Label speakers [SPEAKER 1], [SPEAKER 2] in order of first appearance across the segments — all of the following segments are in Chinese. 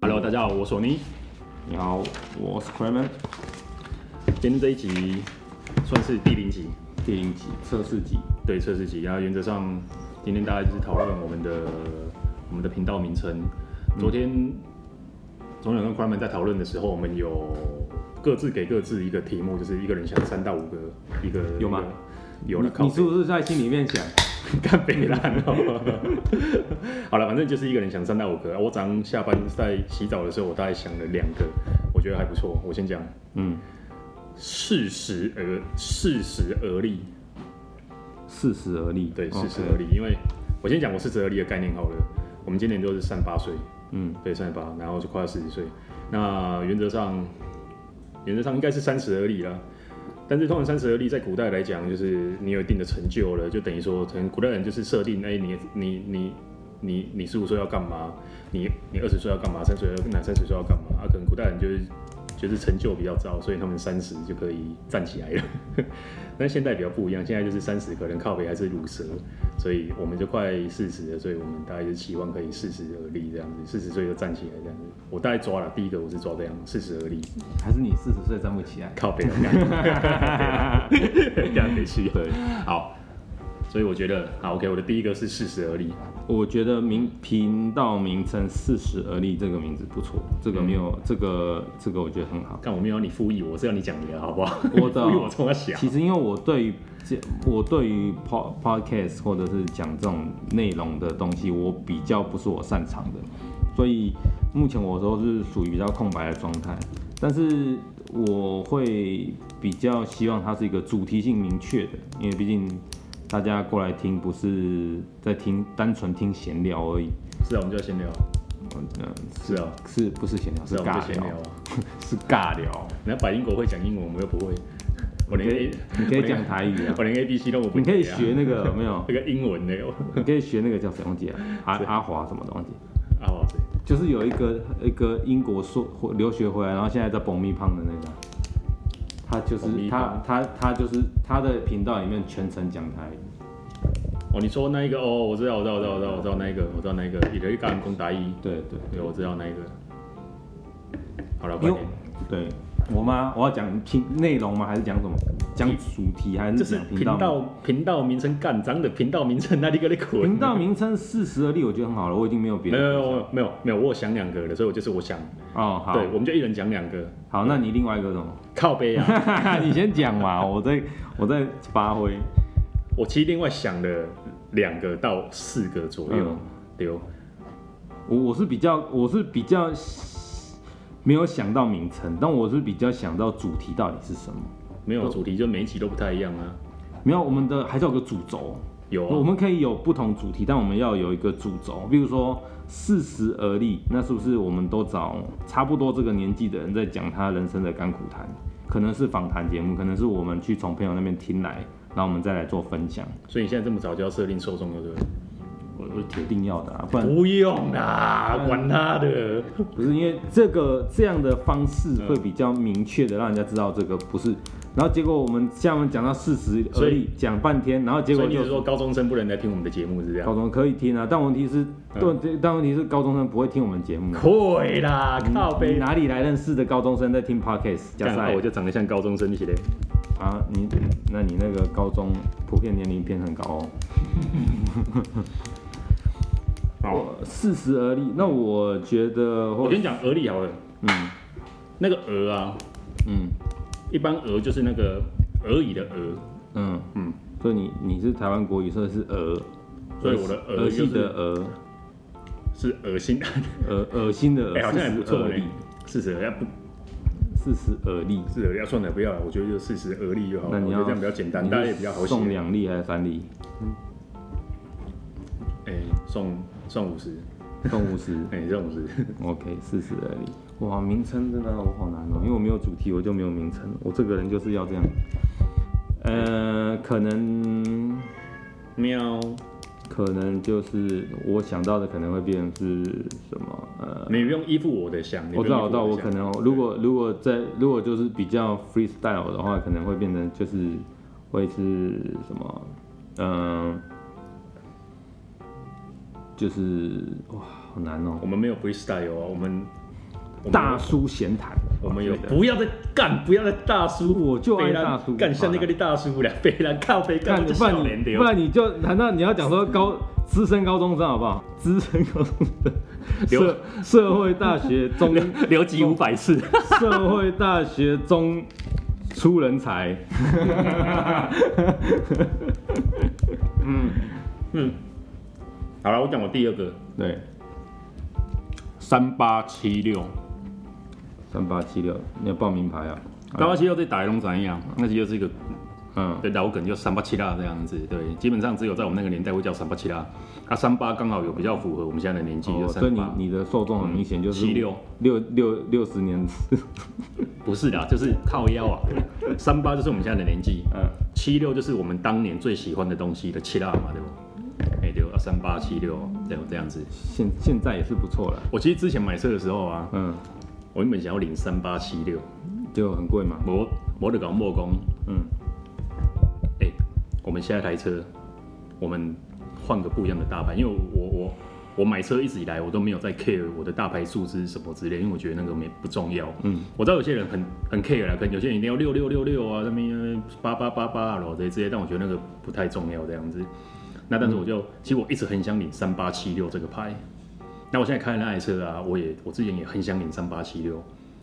[SPEAKER 1] Hello，大家好，我索尼。
[SPEAKER 2] 你好，我是 Kramer，
[SPEAKER 1] 今天这一集算是第零集，
[SPEAKER 2] 第零集测试集，
[SPEAKER 1] 对测试集。然后原则上，今天大家就是讨论我们的我们的频道名称。
[SPEAKER 2] 嗯
[SPEAKER 1] 昨天，总有跟 Kramer 在讨论的时候，我们有各自给各自一个题目，就是一个人想三到五个，一个
[SPEAKER 2] 有吗？
[SPEAKER 1] 一个有了，
[SPEAKER 2] 你
[SPEAKER 1] 靠
[SPEAKER 2] 你是不是在心里面想，
[SPEAKER 1] 干北烂哦。 好了，反正就是一个人想三到五个。啊我早上下班在洗澡的时候，我大概想了两个，我觉得还不错。我先讲
[SPEAKER 2] 嗯，
[SPEAKER 1] 适时而适时而立，
[SPEAKER 2] 适时而立，哦
[SPEAKER 1] 对，适时
[SPEAKER 2] OK
[SPEAKER 1] 而，立。因为我先讲我适时而立的概念好了。我们今年都是三八岁，
[SPEAKER 2] 嗯，
[SPEAKER 1] 对，三十八，然后就快要四十岁。那原则上，原则上应该是三十而立啦。但是通常三十而立，在古代来讲，就是你有一定的成就了，就等于说，可能古代人就是设定，哎、你你你你你十五岁要干嘛？你你二十岁要干嘛？三十岁要哪？三十岁要干嘛？啊，可能古代人就是就是成就比较早，所以他们三十就可以站起来了。 但现在比较不一样，现在就是三十可能靠北还是乳蛇，所以我们就快四十了，所以我们大概就期望可以四十而立这样子，四十岁就站起来这样子。我大概抓了第一个，我是抓这样，四十而立，
[SPEAKER 2] 还是你四十岁站不起来？
[SPEAKER 1] 靠北， 这样没去。
[SPEAKER 2] 对，
[SPEAKER 1] 啊好，所以我觉得好 OK，我的第一个是四十而立，
[SPEAKER 2] 我觉得名频道名称“适时而立”这个名字不错，这个没有、这个这个我觉得很好。
[SPEAKER 1] 但我没有要你复议，我是要你讲你的好不好？
[SPEAKER 2] 我的
[SPEAKER 1] 你复议我从小，
[SPEAKER 2] 其实因为我对于这我对于 pod podcast 或者是讲这种内容的东西，我比较不是我擅长的，所以目前我都是属于比较空白的状态。但是我会比较希望它是一个主题性明确的，因为毕竟大家过来听不是在听单纯听闲聊而已，
[SPEAKER 1] 是啊，我们就要闲聊，
[SPEAKER 2] 嗯、呃，
[SPEAKER 1] 是啊，
[SPEAKER 2] 是不是闲聊？
[SPEAKER 1] 是啊，我们
[SPEAKER 2] 尬
[SPEAKER 1] 就闲
[SPEAKER 2] 聊
[SPEAKER 1] 聊，啊。
[SPEAKER 2] 是尬聊。
[SPEAKER 1] 人家百英国会讲英文，我们又不会，我
[SPEAKER 2] 你
[SPEAKER 1] 连
[SPEAKER 2] 可以
[SPEAKER 1] A，
[SPEAKER 2] 你可以讲台语啊
[SPEAKER 1] 我，连 A B C 都我不
[SPEAKER 2] 你可以
[SPEAKER 1] 会啊
[SPEAKER 2] 学那个有没有？
[SPEAKER 1] 那个英文的哦，
[SPEAKER 2] 你可以学那个叫什么忘记了，阿阿华什么的忘记，
[SPEAKER 1] 啊，哇塞，
[SPEAKER 2] 就是有一个一个英国硕留学回来，然后现在在蹦蜜胖的那个，他就
[SPEAKER 1] 蹦
[SPEAKER 2] 是
[SPEAKER 1] 咪
[SPEAKER 2] 他
[SPEAKER 1] 胖
[SPEAKER 2] 他他就是他的频道里面全程讲台语，
[SPEAKER 1] 哦，你说那一个哦，我知道，我知道，我知道，我知道，我知道那一个，我知道那一个，你的干工达一，
[SPEAKER 2] 对对
[SPEAKER 1] 对，我知道那一个。好了，快
[SPEAKER 2] 因为
[SPEAKER 1] 点，
[SPEAKER 2] 对我吗？我要讲频内容吗？还是讲什么？讲主题还
[SPEAKER 1] 这
[SPEAKER 2] 是
[SPEAKER 1] 是
[SPEAKER 2] 讲
[SPEAKER 1] 频
[SPEAKER 2] 频道吗？
[SPEAKER 1] 道频道名称干脏的频道名称，那你个你滚
[SPEAKER 2] 频。道名称适时而立，我觉得很好了，我已经没有别
[SPEAKER 1] 没
[SPEAKER 2] 的
[SPEAKER 1] 有
[SPEAKER 2] 分
[SPEAKER 1] 没
[SPEAKER 2] 享
[SPEAKER 1] 有没有没有，我有想两个的，所以我就是我想，
[SPEAKER 2] 哦，好
[SPEAKER 1] 对，我们就一人讲两个，
[SPEAKER 2] 好，那你另外一个是什么？
[SPEAKER 1] 靠背 啊。
[SPEAKER 2] 你先讲嘛，我再我再发挥。
[SPEAKER 1] 我其实另外想了两个到四个左右
[SPEAKER 2] 嗯，
[SPEAKER 1] 对哦，
[SPEAKER 2] 我我是比较我是比较没有想到名称，但我是比较想到主题到底是什么。
[SPEAKER 1] 没有
[SPEAKER 2] 都
[SPEAKER 1] 主题，就每一集都不太一样啊。
[SPEAKER 2] 没有，我们的还是有个主轴，
[SPEAKER 1] 有
[SPEAKER 2] 哦我
[SPEAKER 1] 啊，
[SPEAKER 2] 们可以有不同主题，但我们要有一个主轴。比如说适时而立，那是不是我们都找差不多这个年纪的人在讲他人生的甘苦谈？可能是访谈节目，可能是我们去从朋友那边听来，然后我们再来做分享。
[SPEAKER 1] 所以你现在这么早就要设定受众了，对不对？
[SPEAKER 2] 我我铁定要的啊，不然
[SPEAKER 1] 不用啦，管他 的。
[SPEAKER 2] 不是因为这个这样的方式会比较明确的让人家知道这个不是，然后结果我们下面讲到事实
[SPEAKER 1] 所
[SPEAKER 2] 而
[SPEAKER 1] 以
[SPEAKER 2] 已，讲半天，然后结
[SPEAKER 1] 所
[SPEAKER 2] 果
[SPEAKER 1] 以你
[SPEAKER 2] 就是
[SPEAKER 1] 说高中生不能来听我们的节目是这样？
[SPEAKER 2] 高中可以听啊，但问题是，
[SPEAKER 1] 嗯
[SPEAKER 2] 对、但问题是高中生不会听我们节目，
[SPEAKER 1] 会啦，靠
[SPEAKER 2] 你
[SPEAKER 1] 背。
[SPEAKER 2] 哪里来认识的高中生在听 podcast？加
[SPEAKER 1] 干哦
[SPEAKER 2] 上
[SPEAKER 1] 我就长得像高中生一些嘞。
[SPEAKER 2] 啊，你那你那个高中普遍年龄偏很高哦。
[SPEAKER 1] 好，
[SPEAKER 2] 我适时而立，那我觉得
[SPEAKER 1] 我
[SPEAKER 2] 或
[SPEAKER 1] 跟你讲，鹅力好了，
[SPEAKER 2] 哦嗯
[SPEAKER 1] 那个鹅啊，
[SPEAKER 2] 嗯
[SPEAKER 1] 一般鹅就是那个俄语的鹅，
[SPEAKER 2] 嗯，
[SPEAKER 1] 嗯，
[SPEAKER 2] 所以你你是台湾国语，所以是鹅，
[SPEAKER 1] 所以我的鹅
[SPEAKER 2] 鹅
[SPEAKER 1] 就
[SPEAKER 2] 系呃的
[SPEAKER 1] 是
[SPEAKER 2] 鹅。
[SPEAKER 1] 是恶心，
[SPEAKER 2] 恶恶心的
[SPEAKER 1] 哎，好
[SPEAKER 2] 恶，
[SPEAKER 1] 像还不
[SPEAKER 2] 四十
[SPEAKER 1] 错
[SPEAKER 2] 而
[SPEAKER 1] 嘞
[SPEAKER 2] 立，。四
[SPEAKER 1] 四十要不
[SPEAKER 2] 四十而立。
[SPEAKER 1] 四十要算了，不要了，我觉得就四十而立就好
[SPEAKER 2] 那
[SPEAKER 1] 了，哦我
[SPEAKER 2] 你
[SPEAKER 1] 觉
[SPEAKER 2] 要
[SPEAKER 1] 得这样比较简单，
[SPEAKER 2] 你
[SPEAKER 1] 大家也比较好
[SPEAKER 2] 送
[SPEAKER 1] 写。
[SPEAKER 2] 两粒还是 三粒？
[SPEAKER 1] 哎，送送五十，
[SPEAKER 2] 送五十
[SPEAKER 1] 哎，送五 十，
[SPEAKER 2] ，OK，四十而立。哇，名称真的我好难哦、因为我没有主题，我就没有名称，我这个人就是要这样。呃，可能
[SPEAKER 1] 喵，
[SPEAKER 2] 可能就是我想到的可能会变成是什么？呃，
[SPEAKER 1] 你不用依附我的想，你
[SPEAKER 2] 我
[SPEAKER 1] 不
[SPEAKER 2] 知
[SPEAKER 1] 用
[SPEAKER 2] 道，我
[SPEAKER 1] 依
[SPEAKER 2] 知
[SPEAKER 1] 附
[SPEAKER 2] 道，我
[SPEAKER 1] 的想
[SPEAKER 2] 可能如果如果在如果就是比较 freestyle 的话，可能会变成就是会是什么，嗯、就是哇，好难哦、
[SPEAKER 1] 我们没有 freestyle 哦，我们我们
[SPEAKER 2] 大叔闲谈，
[SPEAKER 1] 我们有
[SPEAKER 2] 觉得
[SPEAKER 1] 不要再干，不要再大叔，
[SPEAKER 2] 我就爱
[SPEAKER 1] 被人
[SPEAKER 2] 大叔
[SPEAKER 1] 干像那个大叔俩， 被人靠背干，
[SPEAKER 2] 看，
[SPEAKER 1] 我就
[SPEAKER 2] 不
[SPEAKER 1] 笑
[SPEAKER 2] 然
[SPEAKER 1] 脸
[SPEAKER 2] 你
[SPEAKER 1] 的
[SPEAKER 2] 不然你就难道你要讲说高资深高中生好不好？资深高中生，
[SPEAKER 1] 留
[SPEAKER 2] 社社会大学中
[SPEAKER 1] 留级五百次，
[SPEAKER 2] 社会大学中出人才，
[SPEAKER 1] 嗯，好了，我讲我第二个
[SPEAKER 2] 对，
[SPEAKER 1] 三八七六，
[SPEAKER 2] 三八七六，你有报名牌啊？
[SPEAKER 1] 三八七六对打龙怎样？那其实就是一个
[SPEAKER 2] 嗯，
[SPEAKER 1] 对老梗，就三八七啦这样子。对，基本上只有在我们那个年代会叫三八七啦。啊，三八刚好有比较符合我们现在的年纪，就
[SPEAKER 2] 哦，
[SPEAKER 1] 三
[SPEAKER 2] 所以你
[SPEAKER 1] 八。
[SPEAKER 2] 你的受众很明显就是
[SPEAKER 1] 七六
[SPEAKER 2] 六六六十年，
[SPEAKER 1] 不是啦，就是靠腰啊。三八就是我们现在的年纪，
[SPEAKER 2] 嗯，
[SPEAKER 1] 七六就是我们当年最喜欢的东西的七辣嘛，对不？哎、对啊，三八七六，对，这样子。
[SPEAKER 2] 现现在也是不错了，
[SPEAKER 1] 我其实之前买车的时候啊，
[SPEAKER 2] 嗯，
[SPEAKER 1] 我原本想要领三八七六，
[SPEAKER 2] 就很贵嘛，
[SPEAKER 1] 我我得搞莫工，
[SPEAKER 2] 嗯，
[SPEAKER 1] 哎、我们下一台车，我们换个不一样的大牌，因为我我我买车一直以来我都没有在 care 我的大牌数字什么之类，因为我觉得那个没不重要。
[SPEAKER 2] 嗯，
[SPEAKER 1] 我知道有些人很很 care 啦，可能有些人一定要六六六六啊，那边八八八八啊，这些这些，但我觉得那个不太重要这样子。那但是我
[SPEAKER 2] 嗯
[SPEAKER 1] 就、其实我一直很想领三八七六这个牌。那我现在开的那台车啊，我也我之前也很想领三八七六，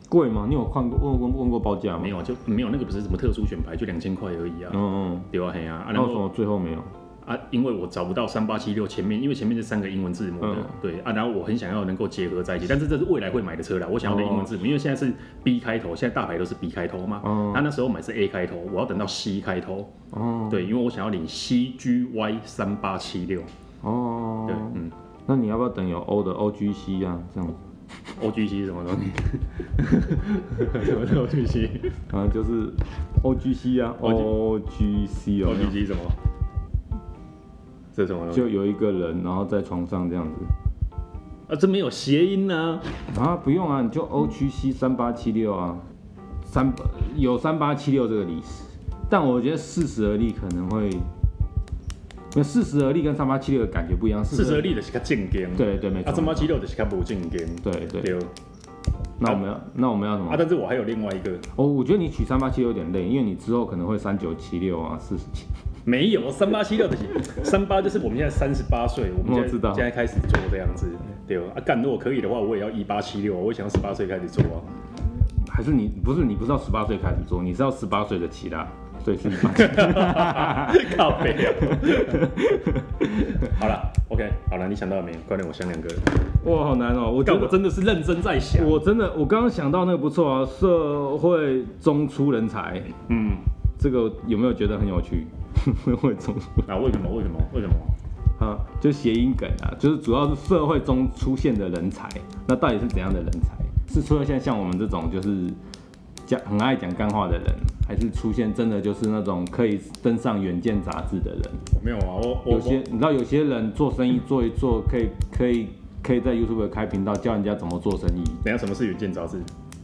[SPEAKER 2] 贵吗？你有看过问问问过报价吗？
[SPEAKER 1] 没有啊，就没有那个不是什么特殊选牌，就两千块而已啊。
[SPEAKER 2] 嗯，嗯，
[SPEAKER 1] 对啊，嘿啊，啊
[SPEAKER 2] 那
[SPEAKER 1] 然
[SPEAKER 2] 为什
[SPEAKER 1] 后
[SPEAKER 2] 么最后没有？
[SPEAKER 1] 啊，因为我找不到三八七六前面，因为前面是三个英文字母的，
[SPEAKER 2] 嗯
[SPEAKER 1] 对啊，然后我很想要能够结合在一起，但是这是未来会买的车啦，我想要的英文字母，因为现在是 B 开头，现在大牌都是 B 开头嘛，
[SPEAKER 2] 哦
[SPEAKER 1] 那、那时候买是 A 开头，我要等到 C 开头，
[SPEAKER 2] 哦
[SPEAKER 1] 对，因为我想要领 CGY 三八七六，
[SPEAKER 2] 哦，
[SPEAKER 1] 对，嗯
[SPEAKER 2] 那你要不要等有 O 的 OGC 啊？这样子，
[SPEAKER 1] ，OGC 是什么东西？什么是 OGC？OGC
[SPEAKER 2] 啊，就是 OGC 啊，OGC 有没有？
[SPEAKER 1] 什么？这是什么东西？
[SPEAKER 2] 哦就有一个人，然后在床上这样子
[SPEAKER 1] 啊，这没有谐音呢、
[SPEAKER 2] 啊，不用啊，你就 OGC 三八七六啊，三有三八七六这个历史，但我觉得适时而立可能会，那适时而立跟三八七六的感觉不一样，
[SPEAKER 1] 四十而立的是较正经，，
[SPEAKER 2] 对对没
[SPEAKER 1] 啊，三
[SPEAKER 2] 错，
[SPEAKER 1] 八七六的是较不正经，
[SPEAKER 2] 对对，
[SPEAKER 1] 对。哦
[SPEAKER 2] 那我们要那我们要什
[SPEAKER 1] 啊，
[SPEAKER 2] 么？
[SPEAKER 1] 但是我还有另外一个，
[SPEAKER 2] 哦，我觉得你取三八七六有点累，因为你之后可能会三九七六啊，四十七。
[SPEAKER 1] 没有三八七六的三八，就是我们现在三十八岁，我们现在
[SPEAKER 2] 我知道
[SPEAKER 1] 现在开始做这样子，对吧？啊，干，如果可以的话，我也要一八七六，我也想要十八岁开始做啊。
[SPEAKER 2] 还是你不是你不是要十八岁开始做，你是要十八岁的起啦，所以是一 般。
[SPEAKER 1] 靠背啊！好了，OK，好了，你想到了没有？快点，我想两个。
[SPEAKER 2] 哇，好难哦、我觉
[SPEAKER 1] 但我
[SPEAKER 2] 得
[SPEAKER 1] 真的是认真在想。
[SPEAKER 2] 我真的我刚刚想到那个不错啊，社会中出人才，
[SPEAKER 1] 嗯，
[SPEAKER 2] 这个有没有觉得很有趣？ 社会中
[SPEAKER 1] 啊，为什么？为什么？为什么？
[SPEAKER 2] 啊，就谐音梗啊，就是主要是社会中出现的人才，那到底是怎样的人才？是出现像我们这种就是讲很爱讲干话的人，还是出现真的就是那种可以登上《远见》杂志的人？
[SPEAKER 1] 没有啊，我我
[SPEAKER 2] 有些你知道，有些人做生意做一做，可以可以可以在 YouTube 开频道教人家怎么做生意，
[SPEAKER 1] 等一下什么是远见杂志？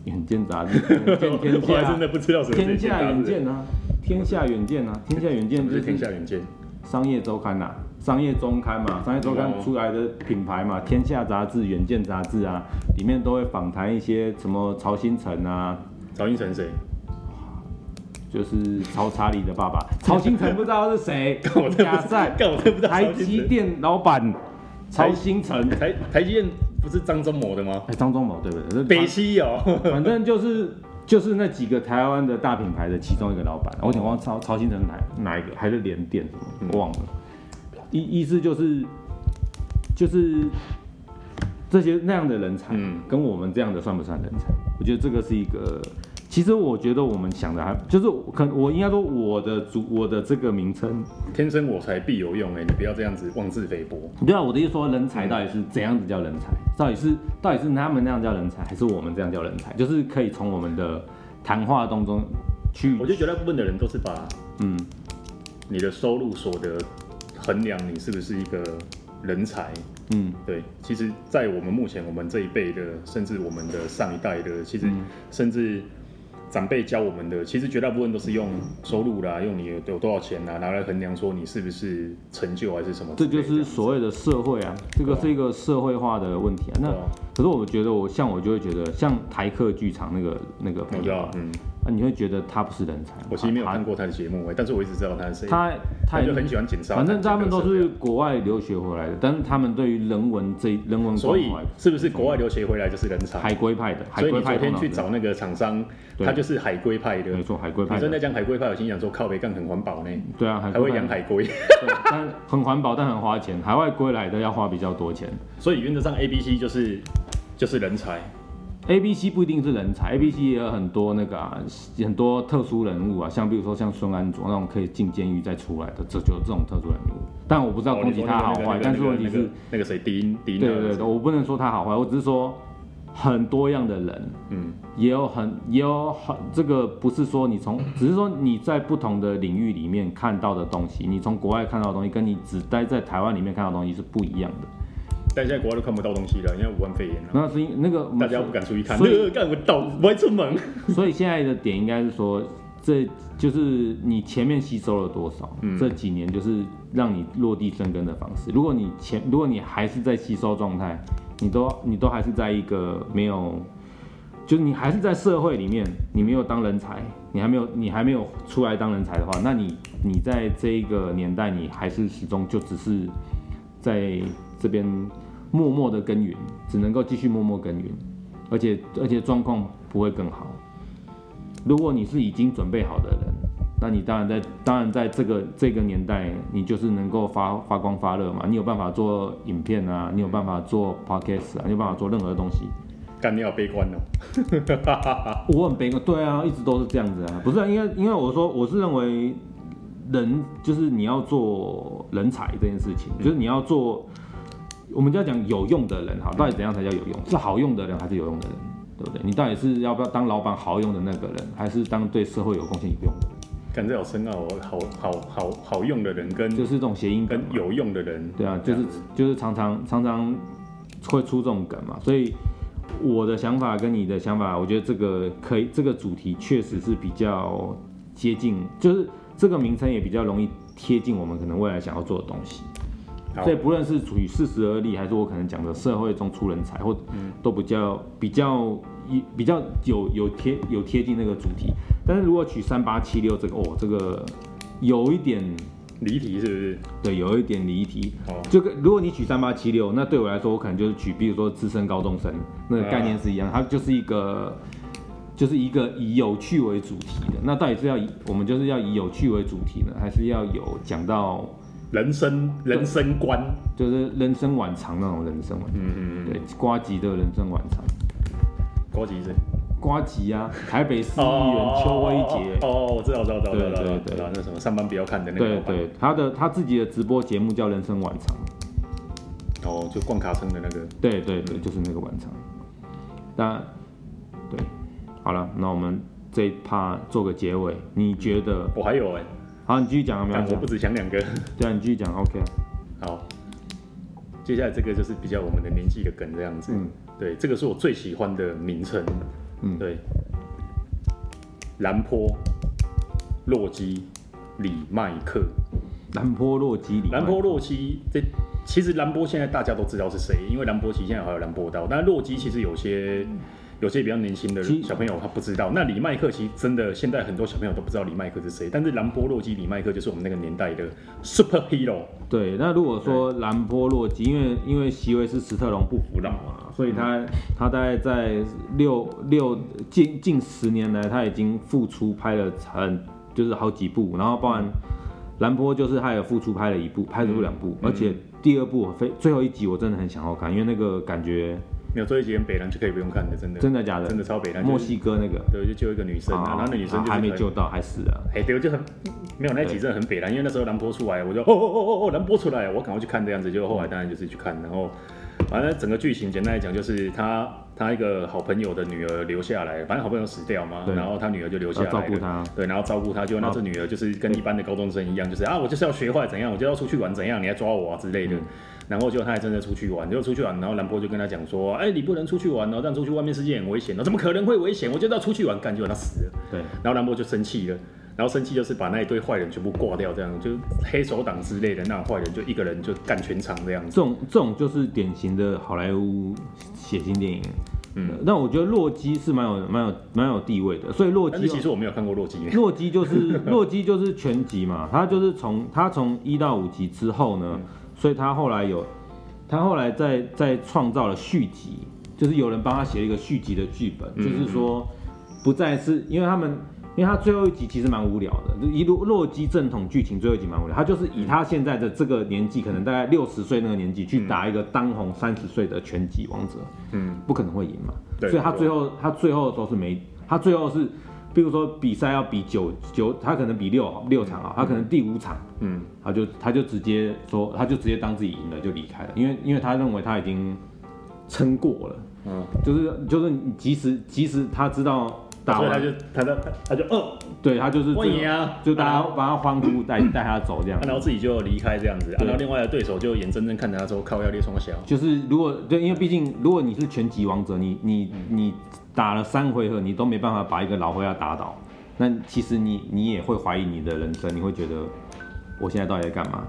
[SPEAKER 2] 远见 杂志，远见天
[SPEAKER 1] 我还真的
[SPEAKER 2] 下，
[SPEAKER 1] 不知道什么是
[SPEAKER 2] 天下
[SPEAKER 1] 杂
[SPEAKER 2] 远
[SPEAKER 1] 志。
[SPEAKER 2] 见啊，天下远见啊，天下远见
[SPEAKER 1] 不
[SPEAKER 2] 就是
[SPEAKER 1] 天
[SPEAKER 2] 是
[SPEAKER 1] 下远见，
[SPEAKER 2] 商业周刊呐、啊商业周刊嘛，商业周刊
[SPEAKER 1] 哦
[SPEAKER 2] 出来的品牌嘛，天下杂志、远见杂志啊，里面都会访谈一些什么曹新成啊，
[SPEAKER 1] 曹英成谁？
[SPEAKER 2] 就是曹查理的爸 爸，曹新成不知道是谁
[SPEAKER 1] 干我，真不
[SPEAKER 2] 假
[SPEAKER 1] 知
[SPEAKER 2] 赛，
[SPEAKER 1] 干我真不知道曹
[SPEAKER 2] 台
[SPEAKER 1] 新成
[SPEAKER 2] 积电老板曹
[SPEAKER 1] 台
[SPEAKER 2] 新成。
[SPEAKER 1] 台台积电不是张忠谋的吗？
[SPEAKER 2] 哎，张忠谋对不对？
[SPEAKER 1] 北西哦。
[SPEAKER 2] 反正就是就是那几个台湾的大品牌的其中一个老板，我想忘曹曹新成哪哪一个，还是联电什么，我忘了。意意思就是就是这些那样的人才，
[SPEAKER 1] 嗯
[SPEAKER 2] 跟我们这样的算不算人才？我觉得这个是一个。其实我觉得我们想的还就是我可我应该说我的主我的这个名称，
[SPEAKER 1] 天生我材必有用哎、你不要这样子妄自菲薄。
[SPEAKER 2] 对啊，我的意思说人才到底是怎样子叫人才？到底是到底是他们那样叫人才，还是我们这样叫人才？就是可以从我们的谈话当中去
[SPEAKER 1] 我就觉得大部分的人都是把
[SPEAKER 2] 嗯，
[SPEAKER 1] 你的收入所得衡量你是不是一个人才。
[SPEAKER 2] 嗯，
[SPEAKER 1] 对，其实，
[SPEAKER 2] 嗯
[SPEAKER 1] 在我们目前我们这一辈的，甚至我们的上一代的，其实甚至长辈教我们的，其实绝大部分都是
[SPEAKER 2] 嗯
[SPEAKER 1] 用收入啦，用你有有多少钱啦，拿来衡量说你是不是成就还是什么之
[SPEAKER 2] 这
[SPEAKER 1] 类的。
[SPEAKER 2] 就是所谓的社会啊，这个
[SPEAKER 1] 对啊
[SPEAKER 2] 是一个社会化的问题啊。那
[SPEAKER 1] 对啊
[SPEAKER 2] 可是我觉得我像我就会觉得像台客剧场那个那个
[SPEAKER 1] 我
[SPEAKER 2] 朋
[SPEAKER 1] 知
[SPEAKER 2] 友
[SPEAKER 1] 道
[SPEAKER 2] 啊，，
[SPEAKER 1] 嗯，
[SPEAKER 2] 啊你会觉得他不是人才，
[SPEAKER 1] 我其实没有
[SPEAKER 2] 他
[SPEAKER 1] 看过他的节目、欸，但是我一直知道他是谁。
[SPEAKER 2] 他他
[SPEAKER 1] 他就很喜欢剪烧，
[SPEAKER 2] 反正他们都是
[SPEAKER 1] 这样。
[SPEAKER 2] 国外留学回来的，但是他们对于人文这一人文
[SPEAKER 1] 所以
[SPEAKER 2] 关怀
[SPEAKER 1] 是不是国外留学回来就是人才？
[SPEAKER 2] 海归派的，海
[SPEAKER 1] 所以
[SPEAKER 2] 归
[SPEAKER 1] 你昨
[SPEAKER 2] 派
[SPEAKER 1] 天
[SPEAKER 2] 头脑
[SPEAKER 1] 去
[SPEAKER 2] 的
[SPEAKER 1] 找那个厂商，
[SPEAKER 2] 对
[SPEAKER 1] 他就是海归派的。
[SPEAKER 2] 没错，海归派
[SPEAKER 1] 你正在
[SPEAKER 2] 的，
[SPEAKER 1] 讲海龟派，我心想说靠北干很环保呢，
[SPEAKER 2] 对啊，海
[SPEAKER 1] 还会
[SPEAKER 2] 归派
[SPEAKER 1] 养
[SPEAKER 2] 的，
[SPEAKER 1] 海龟，
[SPEAKER 2] 对但很环保，但很花钱。海外归来的要花比较多钱。
[SPEAKER 1] 所以原则上 A、B、C 就是就是人才，
[SPEAKER 2] A、B、C 不一定是人才，A、B、C 也有很多那个啊，很多特殊人物啊，像比如说像孙安佐那种可以进监狱再出来的，这就这种特殊人物。但我不知道
[SPEAKER 1] 哦
[SPEAKER 2] 攻击他好坏，
[SPEAKER 1] 你说那个
[SPEAKER 2] 但是问题
[SPEAKER 1] 那个那
[SPEAKER 2] 是
[SPEAKER 1] 个，那个谁，迪音迪
[SPEAKER 2] 对
[SPEAKER 1] 音
[SPEAKER 2] 对对
[SPEAKER 1] 那
[SPEAKER 2] 对，
[SPEAKER 1] 个
[SPEAKER 2] 我不能说他好坏，我只是说很多样的人，
[SPEAKER 1] 嗯，
[SPEAKER 2] 也有很也有很这个不是说你从，只是说你在不同的领域里面看到的东西，你从国外看到的东西，跟你只待在台湾里面看到的东西是不一样的。
[SPEAKER 1] 但现在国外都看不到东西了，因为武汉肺炎了，
[SPEAKER 2] 那是因那个
[SPEAKER 1] 大家不敢出去看，
[SPEAKER 2] 所以
[SPEAKER 1] 呃，干我倒不会出门，
[SPEAKER 2] 所以现在的点应该是说，这就是你前面吸收了多少，这几年就是让你落地生根的方式。如果你前，如果你还是在吸收状态，你都你都还是在一个没有，就是你还是在社会里面，你没有当人才，你还没有你还没有出来当人才的话，那你你在这一个年代，你还是始终就只是在这边默默的耕耘，只能够继续默默耕耘，而且而且状况不会更好。如果你是已经准备好的人，那你当然在当然在这个这个年代，你就是能够发发光发热嘛，你有办法做影片啊，你有办法做 podcast 啊，你有办法做任何东西。
[SPEAKER 1] 干你好悲观哦，
[SPEAKER 2] 我很悲观，对啊，一直都是这样子啊，不是、啊、因为因为我说我是认为人就是你要做人才这件事情，就是你要做，我们就要讲有用的人好，到底怎样才叫有用？是好用的人还是有用的人，对不对？你到底是要不要当老板好用的那个人，还是当对社会有贡献有用的人？
[SPEAKER 1] 干这好深奥哦，好好好好用的人跟
[SPEAKER 2] 就是这种谐音
[SPEAKER 1] 跟
[SPEAKER 2] 梗嘛，
[SPEAKER 1] 有用的人，
[SPEAKER 2] 对啊，就是就是常常常常会出这种梗嘛，所以我的想法跟你的想法，我觉得这个可以，这个主题确实是比较接近，就是这个名称也比较容易贴近我们可能未来想要做的东西。
[SPEAKER 1] 好
[SPEAKER 2] 所以不论是处于适时而立，还是我可能讲的社会中出人才，或
[SPEAKER 1] 嗯
[SPEAKER 2] 都比较比较一比较有有贴有贴近那个主题。但是如果取三八七六这个，哦，这个有一点
[SPEAKER 1] 离题是不是？
[SPEAKER 2] 对，有一点离题。
[SPEAKER 1] 哦，
[SPEAKER 2] 就跟如果你取三八七六，那对我来说，我可能就是取，比如说资深高中生那个概念是一样，它就是一个就是一个以有趣为主题的。那到底是要以我们就是要以有趣为主题呢，还是要有讲到
[SPEAKER 1] 人生人生观，
[SPEAKER 2] 就是人生晚长那种人生晚长？
[SPEAKER 1] 嗯嗯嗯，
[SPEAKER 2] 对，瓜吉的人生晚长，
[SPEAKER 1] 高级生。
[SPEAKER 2] 瓜吉啊，台北市议员邱威杰。
[SPEAKER 1] 哦，我知道，我知道，知道，知道，知道，那什么上班不要看的那个
[SPEAKER 2] 对，对，他的他自己的直播节目叫《人生晚长》，
[SPEAKER 1] 哦，就逛卡城的那个，
[SPEAKER 2] 对对对，就是那个晚场。那对，好了，那我们这一趴做个结尾。你觉得？
[SPEAKER 1] 我还有哎，
[SPEAKER 2] 好，你继续讲啊，没
[SPEAKER 1] 但
[SPEAKER 2] 有
[SPEAKER 1] 我
[SPEAKER 2] 讲
[SPEAKER 1] 不。止讲两个，
[SPEAKER 2] 对啊，你继续讲，OK 啊。
[SPEAKER 1] 好，接下来这个就是比较我们的年纪的梗这样子，
[SPEAKER 2] 嗯
[SPEAKER 1] 对，这个是我最喜欢的名称，
[SPEAKER 2] 嗯，
[SPEAKER 1] 对，兰坡、洛基、李麦克，
[SPEAKER 2] 兰波洛基里。
[SPEAKER 1] 兰波洛基这。其实兰波现在大家都知道是谁，因为兰博基现在还有兰波刀，但洛基其实有些有些比较年轻的
[SPEAKER 2] 嗯其
[SPEAKER 1] 小朋友他不知道。那李麦克其实真的现在很多小朋友都不知道李麦克是谁，但是兰波洛基李麦克就是我们那个年代的 super hero。
[SPEAKER 2] 对，那如果说兰波洛基，因为因为席维斯·史特龙不服老嘛，所以他、
[SPEAKER 1] 嗯
[SPEAKER 2] 他大概在六六近近十年来，他已经复出拍了很就是好几部，然后包含兰波就是他有复出拍了一部，拍了两
[SPEAKER 1] 嗯
[SPEAKER 2] 部，而且第二部我非最后一集我真的很想要看，因为那个感觉
[SPEAKER 1] 没有这一集跟北兰就可以不用看的，真的
[SPEAKER 2] 真的假的
[SPEAKER 1] 真，的超北兰。
[SPEAKER 2] 墨
[SPEAKER 1] 就是
[SPEAKER 2] 西哥那个
[SPEAKER 1] 对，就救一个女生啊，然后那女生就是
[SPEAKER 2] 还没
[SPEAKER 1] 很
[SPEAKER 2] 救。到，还死了。
[SPEAKER 1] 哎、对，就很没有那一集真的很北兰，因为那时候兰波出来，我就哦哦哦哦哦兰波出来，我赶快去看这样子。就后来当然就是去看，然后反正整个剧情简单来讲，就是他他一个好朋友的女儿留下来，反正好朋友死掉嘛，
[SPEAKER 2] 对
[SPEAKER 1] 然后他女儿就留下来
[SPEAKER 2] 要照顾
[SPEAKER 1] 了
[SPEAKER 2] 他，
[SPEAKER 1] 对，然后照顾他，就那
[SPEAKER 2] 好
[SPEAKER 1] 这女儿就是跟一般的高中生一样，就是啊，我就是要学坏怎样，我就要出去玩怎样，你来抓我啊之类的。
[SPEAKER 2] 嗯
[SPEAKER 1] 然后结果他还真的出去玩，结果出去玩，然后兰波就跟他讲说，哎、你不能出去玩哦，这样出去外面世界很危险哦，怎么可能会危险？我就要出去玩，干就让他死了。
[SPEAKER 2] 对，
[SPEAKER 1] 然后兰博就生气了，然后生气就是把那一堆坏人全部挂掉，这样就是黑手党之类的那种坏人就一个人就干全场这样
[SPEAKER 2] 这
[SPEAKER 1] 子。
[SPEAKER 2] 种这种就是典型的好莱坞血腥电影。嗯，那我觉得洛基是蛮有蛮有蛮有地位的，所以洛
[SPEAKER 1] 但是
[SPEAKER 2] 基
[SPEAKER 1] 其实我没有看过洛基，
[SPEAKER 2] 洛基就是洛基就是全集嘛，他就是从他从一到五集之后
[SPEAKER 1] 嗯
[SPEAKER 2] 呢，所以他后来有他后来再再创造了续集，就是有人帮他写了一个续集的剧本，
[SPEAKER 1] 嗯
[SPEAKER 2] 就是说不再是因为他们。因为他最后一集其实蛮无聊的，就一路洛基正统剧情最后一集蛮无聊，他就是以他现在的这个年纪，可能大概六十岁那个年纪去打一个当红三十岁的拳击王者，
[SPEAKER 1] 嗯，
[SPEAKER 2] 不可能会赢嘛。
[SPEAKER 1] 对
[SPEAKER 2] 所以他最后他最后都是没，他最后是，比如说比赛要比九九，他可能比六好六场啊，他可能第五场，
[SPEAKER 1] 嗯，
[SPEAKER 2] 他就他就直接说，他就直接当自己赢了就离开了，因为因为他认为他已经撑过了，
[SPEAKER 1] 嗯，
[SPEAKER 2] 就是就是你即使即使他知道打
[SPEAKER 1] 所以他
[SPEAKER 2] 完，
[SPEAKER 1] 就他他他他就哦，
[SPEAKER 2] 对他就是
[SPEAKER 1] 我
[SPEAKER 2] 最
[SPEAKER 1] 赢
[SPEAKER 2] 后
[SPEAKER 1] 啊，
[SPEAKER 2] 就大家
[SPEAKER 1] 啊。
[SPEAKER 2] 把他欢呼带带他走这样
[SPEAKER 1] 啊。然后自己就离开这样子，啊
[SPEAKER 2] 对
[SPEAKER 1] 然后另外的对手就眼睁睁看着他说靠要裂双小，
[SPEAKER 2] 就是如果对，因为毕竟如果你是拳击王者，你你你打了三回合，你都没办法把一个老灰鸭打倒，那其实你你也会怀疑你的人生，你会觉得我现在到底在干嘛？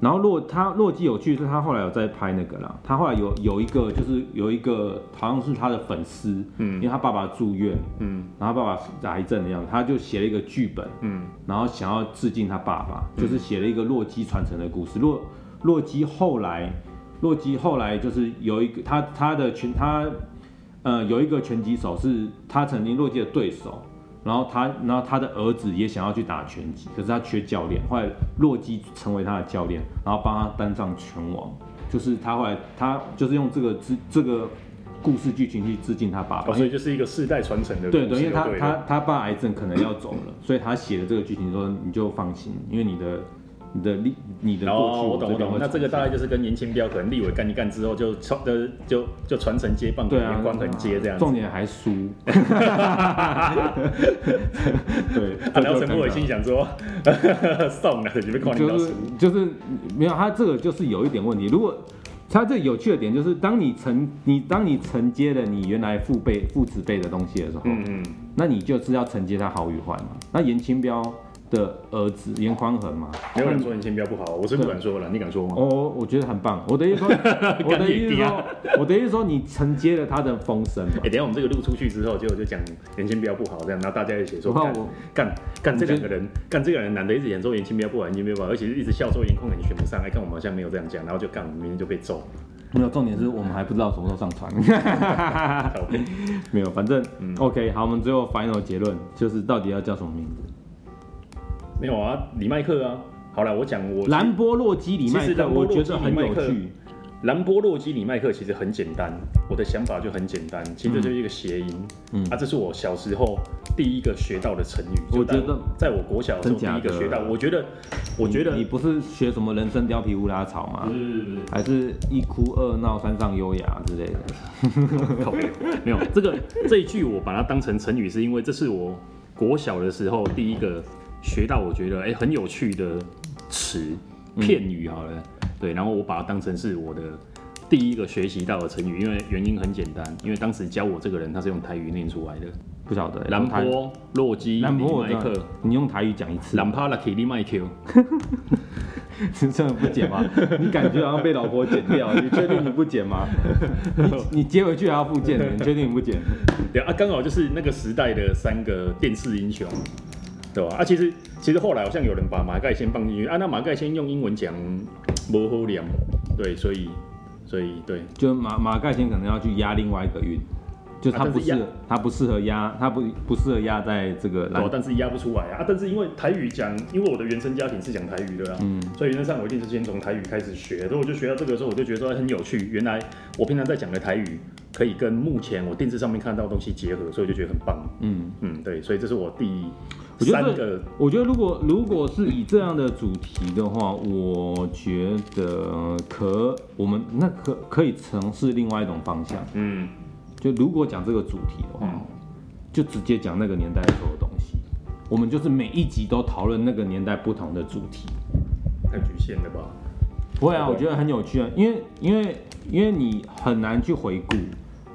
[SPEAKER 2] 然后洛他洛基有趣是，他后来有在拍那个啦，他后来有有一个就是有一个好像是他的粉丝，嗯，因为他爸爸住院，
[SPEAKER 1] 嗯
[SPEAKER 2] 然后他爸爸是癌症的样子，他就写了一个剧本，
[SPEAKER 1] 嗯，
[SPEAKER 2] 然后想要致敬他爸爸，就是写了一个洛基传承的故事。洛洛基后来，洛基后来就是有一个他他的拳他呃有一个拳击手是他曾经洛基的对手，然后他然后他的儿子也想要去打拳击，可是他缺教练，后来洛基成为他的教练，然后帮他登上拳王，就是他后来他就是用这个这这个故事剧情去致敬他爸爸
[SPEAKER 1] 哦，，所以就是一个世代传承的故事
[SPEAKER 2] 啊对
[SPEAKER 1] 就
[SPEAKER 2] 对，
[SPEAKER 1] 对，
[SPEAKER 2] 因为他他他爸癌症可能要走了，所以他写的这个剧情说你就放心，因为你的你的历你的
[SPEAKER 1] 然
[SPEAKER 2] 过去
[SPEAKER 1] 后我懂
[SPEAKER 2] 这
[SPEAKER 1] 哦我
[SPEAKER 2] 边
[SPEAKER 1] 懂，
[SPEAKER 2] 会
[SPEAKER 1] 那这个
[SPEAKER 2] 重
[SPEAKER 1] 大
[SPEAKER 2] 现
[SPEAKER 1] 概就是跟严清标可能立委干一干之后就传呃就就传承接棒，给
[SPEAKER 2] 对啊
[SPEAKER 1] 严，光很接这样子
[SPEAKER 2] 重。点还 输，对，
[SPEAKER 1] 啊，然后陈
[SPEAKER 2] 这就尴
[SPEAKER 1] 柏
[SPEAKER 2] 尬
[SPEAKER 1] 伟心想说， 送了，你被夸你老
[SPEAKER 2] 就
[SPEAKER 1] 师
[SPEAKER 2] 是。就是没有他这个就是有一点问题，如果。他这有趣的点就是，当你承你当你承接了你原来父辈父子辈的东西的时候，
[SPEAKER 1] 嗯嗯，
[SPEAKER 2] 那你就是要承接他好与坏嘛。那严清标的儿子严宽恒嘛，
[SPEAKER 1] 没有人说你先标不好，我是不敢说了，你敢说吗？
[SPEAKER 2] 哦，我觉得很棒。我的 意思说，我的意思说，我的意思说，你承接了他的风声嘛
[SPEAKER 1] 哎、。等一下我们这个录出去之后，结果就讲严清标不好，这样，然后大家也写说
[SPEAKER 2] 我怕
[SPEAKER 1] 干
[SPEAKER 2] 我
[SPEAKER 1] 干干这
[SPEAKER 2] 你就
[SPEAKER 1] 两个人，干这个人男的一直演说严清标不好，严清标不好，而且一直笑说严控很选不上，哎，看我们好像没有这样讲，然后就干，我们明天就被揍。
[SPEAKER 2] 没有，重点是我们还不知道什么时候上传。
[SPEAKER 1] 靠背
[SPEAKER 2] 没有，反正、OK，好，我们最后 final 结论就是到底要叫什么名字？
[SPEAKER 1] 没有啊，李麦克啊，好了，我讲我
[SPEAKER 2] 兰波洛基里
[SPEAKER 1] 其
[SPEAKER 2] 麦
[SPEAKER 1] 实
[SPEAKER 2] 克，
[SPEAKER 1] 兰波
[SPEAKER 2] 我
[SPEAKER 1] 洛基
[SPEAKER 2] 觉得很有趣。
[SPEAKER 1] 兰波洛基里麦克其实很简单，我的想法就很简单，其实这就是一个谐音，
[SPEAKER 2] 嗯
[SPEAKER 1] 啊，这是我小时候第一个学到的成语，
[SPEAKER 2] 我
[SPEAKER 1] 就在
[SPEAKER 2] 觉得
[SPEAKER 1] 在我国小的时候
[SPEAKER 2] 真
[SPEAKER 1] 第
[SPEAKER 2] 假
[SPEAKER 1] 一
[SPEAKER 2] 的
[SPEAKER 1] 个学到，我觉得，我觉得
[SPEAKER 2] 你你不是学什么人参貂皮乌拉草吗？
[SPEAKER 1] 是
[SPEAKER 2] 还是一哭二闹三上优雅之类的？
[SPEAKER 1] 没有这个这一句我把它当成成语，是因为这是我国小的时候第一个学到我觉得哎、很有趣的词片语好了，对，然后我把它当成是我的。第一个学习到的成语，因为原因很简单，因为当时教我这个人他是用台语念出来的，
[SPEAKER 2] 不晓得。
[SPEAKER 1] 兰
[SPEAKER 2] 用台
[SPEAKER 1] 波、洛基、
[SPEAKER 2] 兰波，我
[SPEAKER 1] 李
[SPEAKER 2] 知
[SPEAKER 1] 麦
[SPEAKER 2] 道
[SPEAKER 1] 克、
[SPEAKER 2] 你用台语讲一次。
[SPEAKER 1] 兰帕拉基利麦克，
[SPEAKER 2] 是 真的不剪吗？你感觉好像被老婆剪 掉，你确定你不剪吗？你你接回去还要附 件的，你确定你不剪？
[SPEAKER 1] 对啊，刚好就是那个时代的三个电视英雄，对吧？啊，其实其实后来好像有人把马盖先放进去，啊，那马盖先用英文讲不好念，对，所以所以对，
[SPEAKER 2] 就马马盖先可能要去压另外一个韵，就是他
[SPEAKER 1] 啊但是
[SPEAKER 2] 不适合
[SPEAKER 1] 压，
[SPEAKER 2] 他不适合压，他不不适合压在这个
[SPEAKER 1] 对啊
[SPEAKER 2] 蓝，
[SPEAKER 1] 但是压不出来啊，啊但是因为台语讲，因为我的原生家庭是讲台语的啊，
[SPEAKER 2] 嗯
[SPEAKER 1] 所以原则上我一定是先从台语开始学，所以我就学到这个时候，我就觉得说哎很有趣。原来我平常在讲的台语，可以跟目前我电视上面看到的东西结合，所以我就觉得很棒。
[SPEAKER 2] 嗯，
[SPEAKER 1] 嗯，对，所以这是我第
[SPEAKER 2] 我觉得
[SPEAKER 1] 三个
[SPEAKER 2] 我觉得如果如果是以这样的主题的话，我觉得可我们那可可以尝试另外一种方向。
[SPEAKER 1] 嗯，
[SPEAKER 2] 就如果讲这个主题的话，
[SPEAKER 1] 嗯
[SPEAKER 2] 就直接讲那个年代所有东西。我们就是每一集都讨论那个年代不同的主题。
[SPEAKER 1] 太局限了吧？
[SPEAKER 2] 不会啊，
[SPEAKER 1] 对
[SPEAKER 2] 我觉得很有趣啊，因为因为因为你很难去回顾，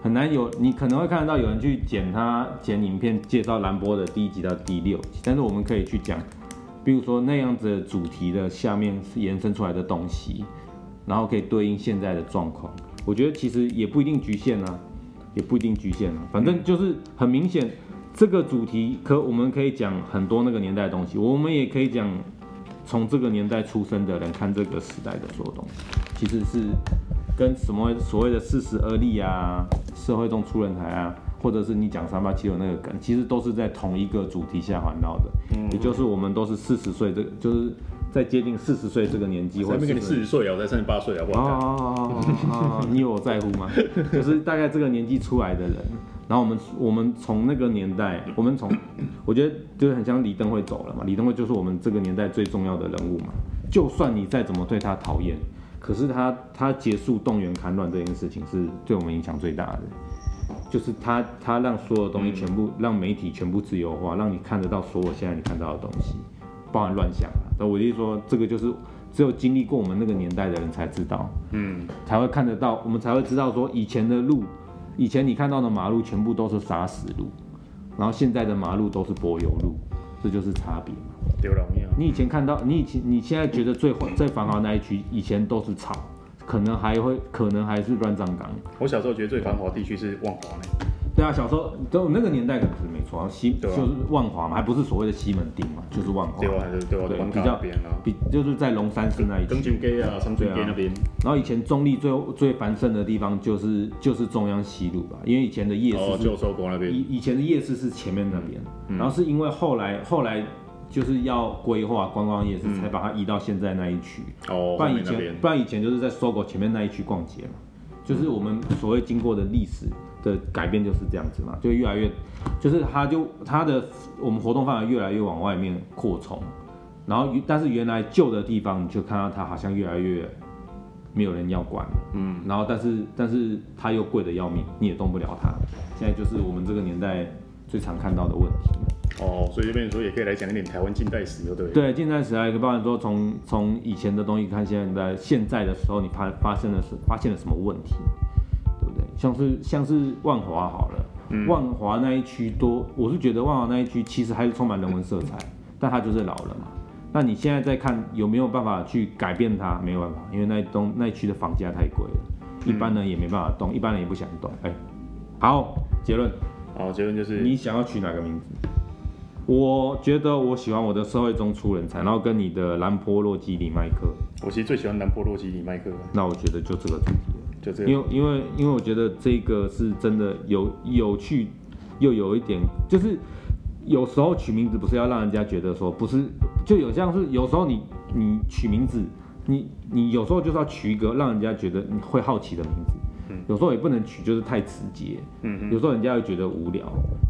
[SPEAKER 2] 很难有你可能会看得到有人去剪他剪影片介绍兰波的第一集到第六集，但是我们可以去讲，比如说那样子的主题的下面延伸出来的东西，然后可以对应现在的状况。我觉得其实也不一定局限啊，也不一定局限啊，反正就是很明显。这个主题可我们可以讲很多那个年代的东西，我们也可以讲从这个年代出生的人看这个时代的所有东西，其实是跟什么所谓的四十而立啊、社会中出人才啊，或者是你讲三八七九那个梗，其实都是在同一个主题下环绕的，也就是我们都是四十岁这个，就是在接近四十岁这个年纪，或
[SPEAKER 1] 才
[SPEAKER 2] 者
[SPEAKER 1] 没给你四
[SPEAKER 2] 是
[SPEAKER 1] 十岁啊，我才三十八岁好不
[SPEAKER 2] 哦
[SPEAKER 1] 好？
[SPEAKER 2] 哦哦哦哦，你有在乎吗？就是大概这个年纪出来的人，然后我们我们从那个年代，我们从我觉得就是很像李登辉走了嘛，李登辉就是我们这个年代最重要的人物嘛。就算你再怎么对他讨厌，可是他他结束动员戡乱这件事情是对我们影响最大的。就是他，他让所有东西全部、让媒体全部自由化，让你看得到所有现在你看到的东西，包含乱象啊。那我就说，这个就是只有经历过我们那个年代的人才知道，
[SPEAKER 1] 嗯，
[SPEAKER 2] 才会看得到，我们才会知道说以前的路，以前你看到的马路全部都是沙石路，然后现在的马路都是柏油路，这就是差别嘛。
[SPEAKER 1] 丢老命啊！
[SPEAKER 2] 你以前看到，你以前你现在觉得最最繁华那一区，以前都是草，可能还会可能还是乱葬岗。
[SPEAKER 1] 我小时候觉得最繁华地区是万华呢，
[SPEAKER 2] 对啊，小时候都那个年代可能是没错啊，西、
[SPEAKER 1] 对啊
[SPEAKER 2] 就是万华嘛，还不是所谓的西门町嘛，就是万华
[SPEAKER 1] 对，啊，就是对啊，
[SPEAKER 2] 哦对
[SPEAKER 1] 万
[SPEAKER 2] 比
[SPEAKER 1] 华
[SPEAKER 2] 较
[SPEAKER 1] 那边啊，
[SPEAKER 2] 比就是在龙山寺那一
[SPEAKER 1] 东
[SPEAKER 2] 区。
[SPEAKER 1] 京街啊，三水街那边，
[SPEAKER 2] 然后以前中立最最繁盛的地方就是就是中央西路吧，因为以前的夜
[SPEAKER 1] 哦
[SPEAKER 2] 市，是
[SPEAKER 1] 旧收国那边，
[SPEAKER 2] 以以前的夜市是前面那边，然后是因为后来后来就是要规划观光夜市，才把它移到现在那一区。
[SPEAKER 1] 哦，
[SPEAKER 2] 不
[SPEAKER 1] 后
[SPEAKER 2] 然以
[SPEAKER 1] 面那
[SPEAKER 2] 前
[SPEAKER 1] 边，
[SPEAKER 2] 不然以前就是在搜狗前面那一区逛街嘛，就是我们所谓经过的历史的改变就是这样子嘛，就越来越，就是它就它的我们活动范围越来越往外面扩充，然后但是原来旧的地方你就看到它好像越来越没有人要管了，
[SPEAKER 1] 嗯，
[SPEAKER 2] 然后但是但是它又贵的要命，你也动不了它，现在就是我们这个年代最常看到的问题。
[SPEAKER 1] 哦，所以这边说也可以来讲一点台湾近代史，就对了。
[SPEAKER 2] 对，近代史还有一个包含说从从以前的东西看现在，现在的时候你发发生了什发现了什么问题，对不对？像是像是万华好了，万华那一区多，我是觉得万华那一区其实还是充满人文色彩，但它就是老了嘛。那你现在再看有没有办法去改变它？没有办法，因为那一栋那一区的房价太贵了，一般人也没办法动，一般人也不想动。哎，好，结论。
[SPEAKER 1] 好，哦结论就是
[SPEAKER 2] 你想要取哪个名字？我觉得我喜欢我的社会中出人才，然后跟你的兰波洛基里麦克，
[SPEAKER 1] 我其实最喜欢南波洛基里麦克了，
[SPEAKER 2] 那我觉得就这个主题
[SPEAKER 1] 就这
[SPEAKER 2] 了，
[SPEAKER 1] 个
[SPEAKER 2] 因为因为因为我觉得这个是真的有有趣，又有一点就是有时候取名字不是要让人家觉得说不是，就有像是有时候你你取名字，你你有时候就是要取一个让人家觉得你会好奇的名字，有时候也不能取就是太直接，
[SPEAKER 1] 嗯
[SPEAKER 2] 有时候人家会觉得无聊，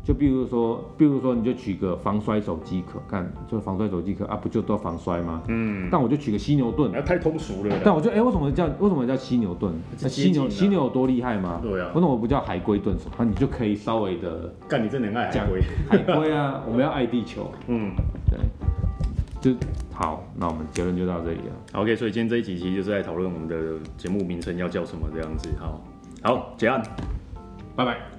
[SPEAKER 2] 就比如说，比如说你就取个防摔手机壳，看就防摔手机壳啊，不就都防摔吗？
[SPEAKER 1] 嗯，
[SPEAKER 2] 但我就取个犀牛盾，
[SPEAKER 1] 那太通俗了啦。
[SPEAKER 2] 但我就哎、诶为什么叫为什么叫犀牛盾？那
[SPEAKER 1] 这接
[SPEAKER 2] 犀
[SPEAKER 1] 近
[SPEAKER 2] 牛
[SPEAKER 1] 啊
[SPEAKER 2] 犀牛有多厉害吗？
[SPEAKER 1] 对啊
[SPEAKER 2] 为什么我不叫海龟盾什么？啊那你就可以稍微的
[SPEAKER 1] 干，你真的很爱海龟。
[SPEAKER 2] 海龟啊， 我们要爱地球，
[SPEAKER 1] 嗯
[SPEAKER 2] 对，就好。那我们结论就到这里了。
[SPEAKER 1] ，OK，所以今天这一集其实就是在讨论我们的节目名称要叫什么这样子。好，好，结案。
[SPEAKER 2] 拜拜。